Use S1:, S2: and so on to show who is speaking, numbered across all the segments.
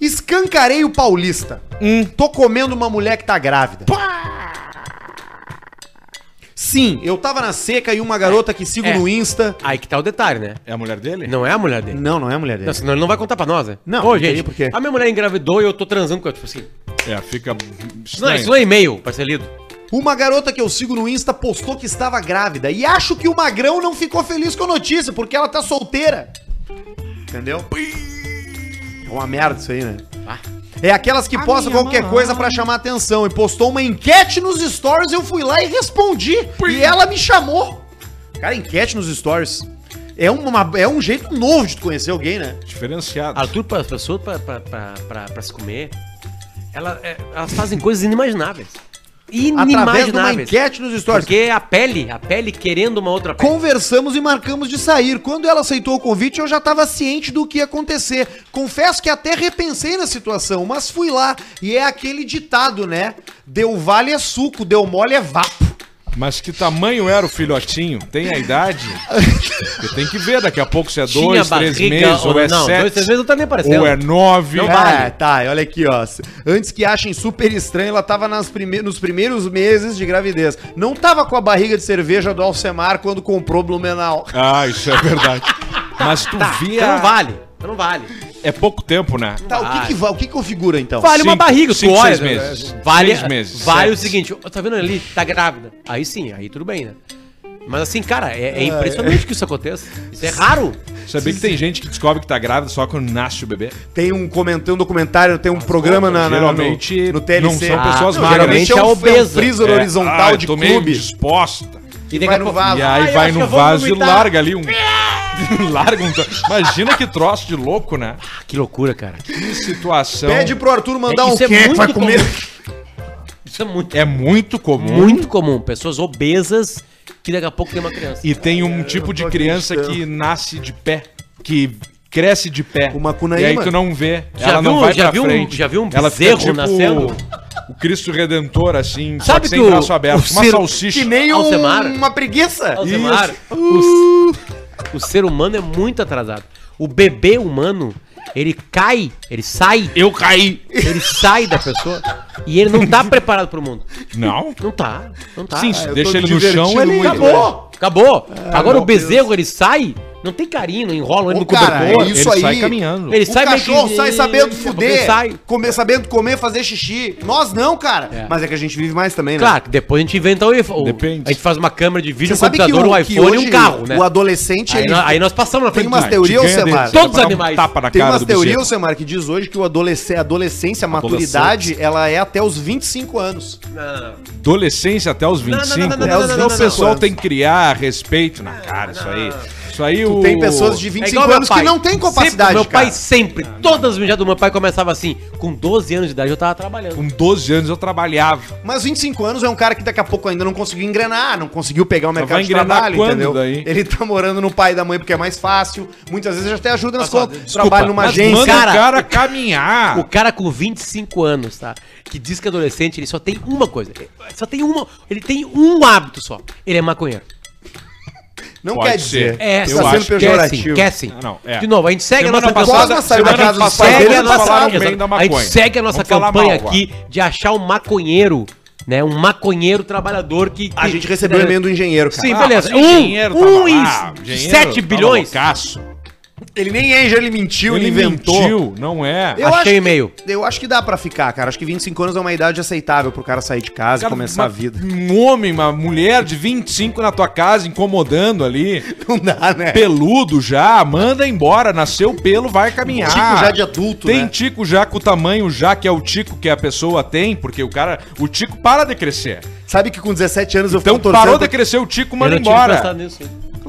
S1: Escancareio paulista. Tô comendo uma mulher que tá grávida. Sim, eu tava na seca e uma garota que sigo
S2: É.
S1: no Insta.
S2: Aí que tá o detalhe, né?
S3: É a mulher dele?
S2: Não é a mulher dele.
S1: Não, não é mulher dele.
S2: Não, senão ele não vai contar pra nós, né?
S1: Não, não
S2: Ô,
S1: teria
S2: gente,
S1: por quê.
S2: a minha mulher engravidou e eu tô transando com ela. Tipo assim,
S3: É, fica.
S2: isso não,
S3: estranho.
S2: é- isso não é e-mail pra ser lido.
S1: Uma garota que eu sigo no Insta postou que estava grávida e acho que o Magrão não ficou feliz com a notícia porque ela tá solteira. Entendeu? É uma merda isso aí, né? É aquelas que postam qualquer coisa pra chamar atenção e postou uma enquete nos stories, eu fui lá e respondi e ela me chamou. Cara, enquete nos stories é, uma, é um jeito novo de tu conhecer alguém, né?
S3: Diferenciado.
S2: é Arthur, para as pessoas, pra, pra, pra, pra, pra se comer, ela- é, elas fazem coisas inimagináveis.
S1: Através de uma
S2: Inimagináveis.
S1: enquete nos stories.
S2: Porque a pele, a pele querendo uma outra pele.
S1: Conversamos e marcamos de sair. Quando ela aceitou o convite, eu já estava ciente do que ia acontecer. Confesso que até repensei na situação, mas fui lá. E é aquele ditado, né? Deu vale é suco, deu mole é vapo.
S3: Mas que tamanho era o filhotinho? Tem a idade? Você tem que ver, daqui a pouco se é
S2: Tinha
S3: dois, três
S2: barriga,
S3: meses, ou
S2: ou
S3: é
S2: não,
S3: sete.
S2: dois, três meses não tá nem aparecendo.
S3: Ou é nove.
S1: é, tá, olha aqui, ó. Antes que achem super estranho, ela tava nas prime- nos primeiros meses de gravidez. Não tava com a barriga de cerveja do Alcemar quando comprou Blumenau.
S3: Ah, isso é verdade. Mas tu via.
S2: Então não vale. Então não vale.
S3: É pouco tempo, né?
S1: Tá, o que que, va- o que configura então?
S2: Vale uma
S3: Cinco-
S2: barriga,
S3: cinco,
S2: tu olha.
S3: seis meses.
S2: Vale,
S3: Seis meses,
S2: vale o
S3: sete.
S2: seguinte, ó, tá vendo ali? Tá grávida. Aí sim, aí tudo bem, né? Mas assim, cara, é, é impressionante que isso aconteça. Isso é raro.
S3: Sabia que tem gente que descobre que tá grávida só quando nasce o bebê?
S1: Tem um comentando um documentário, tem um programa na, na,
S3: geralmente
S1: no, no TLC.
S3: não são pessoas
S1: não,
S3: magras.
S1: geralmente é um,
S2: Geralmente é
S1: é um
S2: obesa.
S1: freezer
S3: É,
S1: horizontal
S3: ah,
S1: de
S3: eu tô meio
S1: clube.
S3: disposta.
S2: E
S1: vai no vaso.
S3: E
S1: Ah,
S3: aí
S2: eu
S3: vai
S2: acho que
S3: no
S2: eu vou
S3: vaso e
S2: vomitar.
S3: larga ali um. larga um. to- Imagina que troço de louco, né?
S2: Que loucura, cara.
S3: Que situação.
S1: Pede pro Arthur mandar
S2: É,
S1: um
S2: isso é
S1: quem é que
S2: muito
S1: vai comer.
S2: comum. Isso é muito,
S3: É muito comum.
S2: muito comum. Pessoas obesas que daqui a pouco tem uma criança.
S3: E tem
S1: É,
S3: um tipo de criança que nasce de pé, que cresce de pé.
S1: Uma cunaíma.
S3: E aí tu não vê,
S2: Já
S3: ela não
S2: viu-
S3: vai
S2: já
S3: pra
S2: viu um-
S3: frente.
S2: já viu um
S3: ela fica tipo
S2: bezerro nascendo?
S3: O Cristo Redentor, assim, só
S2: Sabe
S3: que
S2: que
S3: sem
S2: o-
S3: braço aberto,
S2: o
S3: uma
S2: cir-
S3: salsicha.
S1: Que nem
S2: Alcemar.
S1: um, uma preguiça.
S2: Alcemar, o, o ser humano é muito atrasado. O bebê humano, ele cai, ele sai,
S3: Eu caí.
S2: ele sai da pessoa e ele não tá preparado pro mundo.
S3: Não.
S2: Não tá, não tá.
S3: Sim,
S2: Ah,
S3: se
S1: eu
S3: deixa
S1: tô
S3: ele
S1: me
S3: no chão,
S1: divertindo
S3: ele
S1: muito.
S3: acabou.
S2: Acabou.
S1: É,
S2: Agora o
S3: meu
S2: bezerro, ele sai, não tem carinho, não enrola ele
S1: Ô,
S2: no
S1: cara,
S2: cobertor.
S1: é isso
S3: ele
S1: aí.
S3: sai caminhando.
S2: Ele
S1: o
S2: sai meio
S1: Um cachorro
S2: que-
S1: sai sabendo fuder,
S2: Ele sai.
S1: comer, sabendo comer, fazer xixi. Nós não, cara.
S2: É.
S1: Mas é que a gente vive mais também, né?
S2: Claro, que depois a gente inventa o, o
S3: Depende.
S2: A gente faz uma câmera de
S1: Você
S2: vídeo, um
S1: sabe que,
S2: computador,
S1: o,
S2: um
S1: que
S2: iPhone e
S1: hoje
S2: um carro, né?
S1: o adolescente...
S2: Aí,
S1: ele-
S2: nó- aí nós passamos na
S1: Tem
S2: frente
S1: umas
S2: do-
S1: teorias. teoria,
S3: Te ganha
S1: Alcemar?
S3: desse,
S2: Todos
S3: vai dar um
S2: animais.
S3: Tapa na
S1: Tem
S3: cara
S1: umas
S3: do bezerro.
S1: teorias, Semar, que diz hoje que o adolesce, a adolescência, a maturidade, ela é até os 25 anos.
S2: Não, não, não.
S3: Adolescência até os 25.
S2: não, não, não,
S3: É,
S1: não,
S3: os
S1: não,
S3: 25
S1: não,
S3: o pessoal
S1: não.
S3: tem que criar respeito na cara, isso aí. Isso aí o...
S1: Tem pessoas de
S2: É
S1: 25
S2: igual meu
S1: anos que
S2: pai.
S1: não têm
S2: Sempre,
S1: capacidade,
S2: Meu
S1: cara.
S2: pai sempre, todas as mijadas do meu pai começava assim. Com 12 anos de idade eu tava trabalhando.
S3: Com 12 anos eu trabalhava.
S1: Mas 25 anos é um cara que daqui a pouco ainda não conseguiu engrenar, não conseguiu pegar o mercado
S3: vai
S1: de
S3: engrenar
S1: trabalho,
S3: quando
S1: entendeu?
S3: daí?
S1: Ele tá morando no pai da mãe porque é mais fácil. Muitas vezes até ajuda nas
S2: Passado.
S1: contas.
S2: Desculpa,
S1: Trabalho numa
S2: mas
S1: agência.
S3: Manda
S2: Cara,
S3: o cara caminhar.
S2: O cara com 25 anos, tá? Que diz que é adolescente, ele só tem uma coisa. Ele Só tem uma. Ele tem um hábito só. Ele é maconheiro.
S1: não
S3: Pode
S1: quer dizer.
S3: ser.
S2: É,
S3: Eu
S1: tá sendo
S3: acho
S2: que é assim,
S1: pejorativo.
S2: que é assim.
S3: Ah, não, é.
S2: De novo, a gente segue
S3: Semana
S2: a nossa
S3: passada-
S2: campanha.
S1: saiu da
S3: semana
S1: casa dos
S3: passada,
S1: pais
S2: Segue
S1: dele,
S2: a
S3: eles falaram
S2: nossa, exato.
S3: bem da
S2: a gente
S3: maconha.
S2: segue a nossa
S3: Vamos falar
S2: campanha
S3: mal
S2: aqui de achar um maconheiro, né? Um maconheiro trabalhador que. né,
S1: A gente recebeu o e-mail do engenheiro, cara.
S2: é, Sim,
S3: Ah,
S2: beleza.
S3: mas o engenheiro
S2: Um, um
S3: tava
S2: em
S3: lá, o engenheiro
S2: 7
S3: tava
S2: bilhões.
S3: loucaço.
S1: Ele nem é, ele mentiu, ele, inventou.
S3: mentiu, não é.
S1: Eu
S2: Achei
S1: acho
S2: o
S1: que-
S2: e-mail.
S1: Eu acho que dá pra ficar, cara. Acho que 25 anos é uma idade aceitável pro cara sair de casa e
S3: Cara,
S1: começar
S3: uma-
S1: a vida.
S3: Um homem, uma mulher de 25 na tua casa, incomodando ali,
S1: Não dá, né?
S3: peludo já, manda embora, nasceu pelo, vai caminhar.
S1: Tico Tipo, já de adulto,
S3: ah, Tem
S1: né?
S3: tico já com o tamanho já que é o tico que a pessoa tem, porque o cara, o tico para de crescer.
S1: Sabe que com 17 anos eu
S3: Então
S1: fico
S3: parou de
S1: pra-
S3: crescer o tico,
S2: Eu
S3: manda
S2: não tinha
S3: embora.
S2: pensado nisso.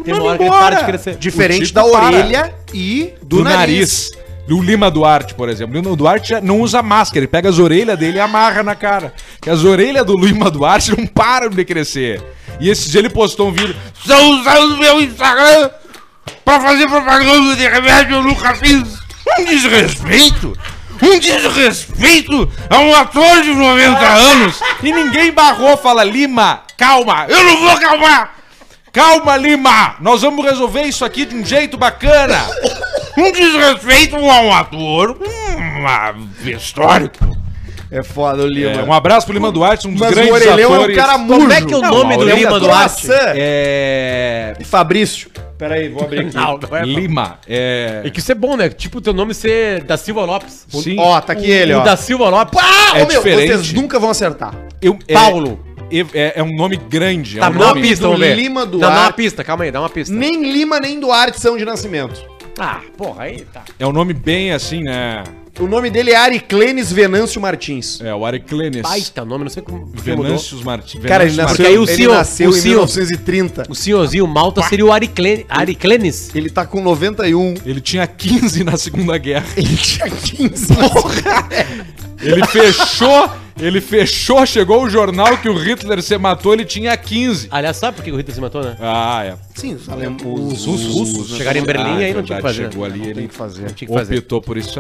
S2: Tem
S3: Manda
S2: uma hora que ele
S3: embora.
S2: para de crescer.
S1: Diferente
S3: O
S1: da
S3: Tico para.
S1: orelha e do,
S3: do
S1: nariz.
S3: nariz. Do Lima Duarte, por exemplo. Lima Duarte já não usa máscara, ele pega as orelhas dele e amarra na cara. Que as orelhas do Lima Duarte não param de crescer. E esses dias ele postou um vídeo. Se eu usar o meu Instagram pra fazer propaganda de remédio, eu nunca fiz. Um desrespeito! Um desrespeito a um ator de 90 anos! E ninguém barrou, fala Lima, calma! Eu não vou calmar! Calma, Lima! Nós vamos resolver isso aqui de um jeito bacana! um desrespeito a um ator hum, histórico.
S1: É foda o Lima.
S3: É, um abraço pro Lima Duarte, um dos
S1: Mas
S3: grandes
S1: o Orelhão
S3: atores.
S1: é um cara
S2: Como
S1: murjo.
S2: é que é o
S1: Não,
S2: nome do
S1: Orelhão
S2: Lima
S1: é
S2: Duarte?
S1: Croissant
S3: É...
S1: E Fabrício.
S3: Peraí, vou abrir aqui.
S2: Não, não é, não.
S3: Lima. É...
S2: E que isso é bom, né? Tipo, teu nome ser da Silva Lopes.
S3: Sim.
S1: Ó, tá aqui ele,
S2: o
S1: ó.
S2: da Silva Lopes.
S1: Ah,
S3: É
S1: ô, meu,
S3: diferente.
S1: vocês nunca vão acertar.
S3: Eu- é-
S2: Paulo.
S3: É, é- é um nome grande.
S2: Tá,
S3: é um
S2: me dá uma
S3: nome...
S2: pista, vamos ver.
S1: Lima
S2: Dá, dá uma
S1: Duarte.
S2: pista, calma aí, dá uma pista.
S1: Nem Lima nem Duarte são de nascimento.
S2: Ah, porra, aí tá.
S3: É um nome bem assim, né?
S1: O nome dele é Ariclenes Venâncio Martins.
S3: É o Ariclenes.
S2: Baita nome, não sei como como mudou.
S3: Venâncios Martins.
S1: Cara, ele
S3: Venâncios
S1: nasceu,
S2: Porque aí o
S1: ele
S2: senhor-
S1: nasceu
S2: o
S1: em
S2: senhor-
S1: 1930.
S2: O senhorzinho Malta seria o Ariclen- Ariclenes.
S1: Ele tá com 91.
S3: Ele tinha 15 na Segunda Guerra.
S1: Ele tinha 15. Porra!
S3: Ele fechou, ele fechou, chegou o jornal que o Hitler se matou, ele tinha 15.
S2: Aliás, sabe por que o Hitler se matou, né?
S3: Ah, é.
S1: Sim, os, alem-
S3: Os
S1: os russos. né?
S2: chegaram em Berlim, aí não tinha o que fazer.
S3: Chegou ali,
S1: Tem
S3: ele
S1: que fazer.
S2: Não tinha que fazer.
S3: optou por isso